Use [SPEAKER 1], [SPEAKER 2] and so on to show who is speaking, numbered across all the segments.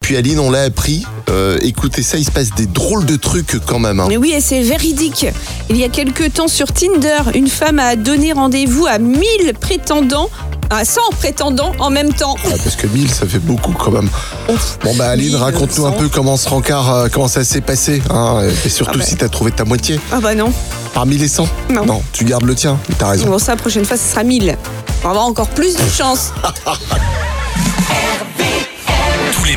[SPEAKER 1] puis Aline, on l'a appris. Euh, écoutez ça, il se passe des drôles de trucs quand même. hein.
[SPEAKER 2] Mais oui, et c'est véridique. Il y a quelques temps sur Tinder, une femme a donné rendez-vous à 1000 prétendants, à 100 prétendants en même temps.
[SPEAKER 1] Ah, parce que 1000, ça fait beaucoup quand même. Bon, bah Aline,
[SPEAKER 2] 1000,
[SPEAKER 1] raconte-nous un
[SPEAKER 2] 100.
[SPEAKER 1] peu comment ce rencard, euh, comment ça s'est passé. hein, et surtout
[SPEAKER 2] Ah ouais.
[SPEAKER 1] si t'as trouvé ta moitié.
[SPEAKER 2] Ah bah non.
[SPEAKER 1] Parmi les 100
[SPEAKER 2] Non.
[SPEAKER 1] tu gardes le tien, t'as raison.
[SPEAKER 2] Bon, ça, la prochaine fois, ce sera 1000. On va avoir encore plus de chance.
[SPEAKER 3] Tous les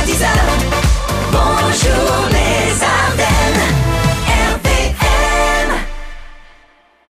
[SPEAKER 4] à 10h, bonjour les Ardennes.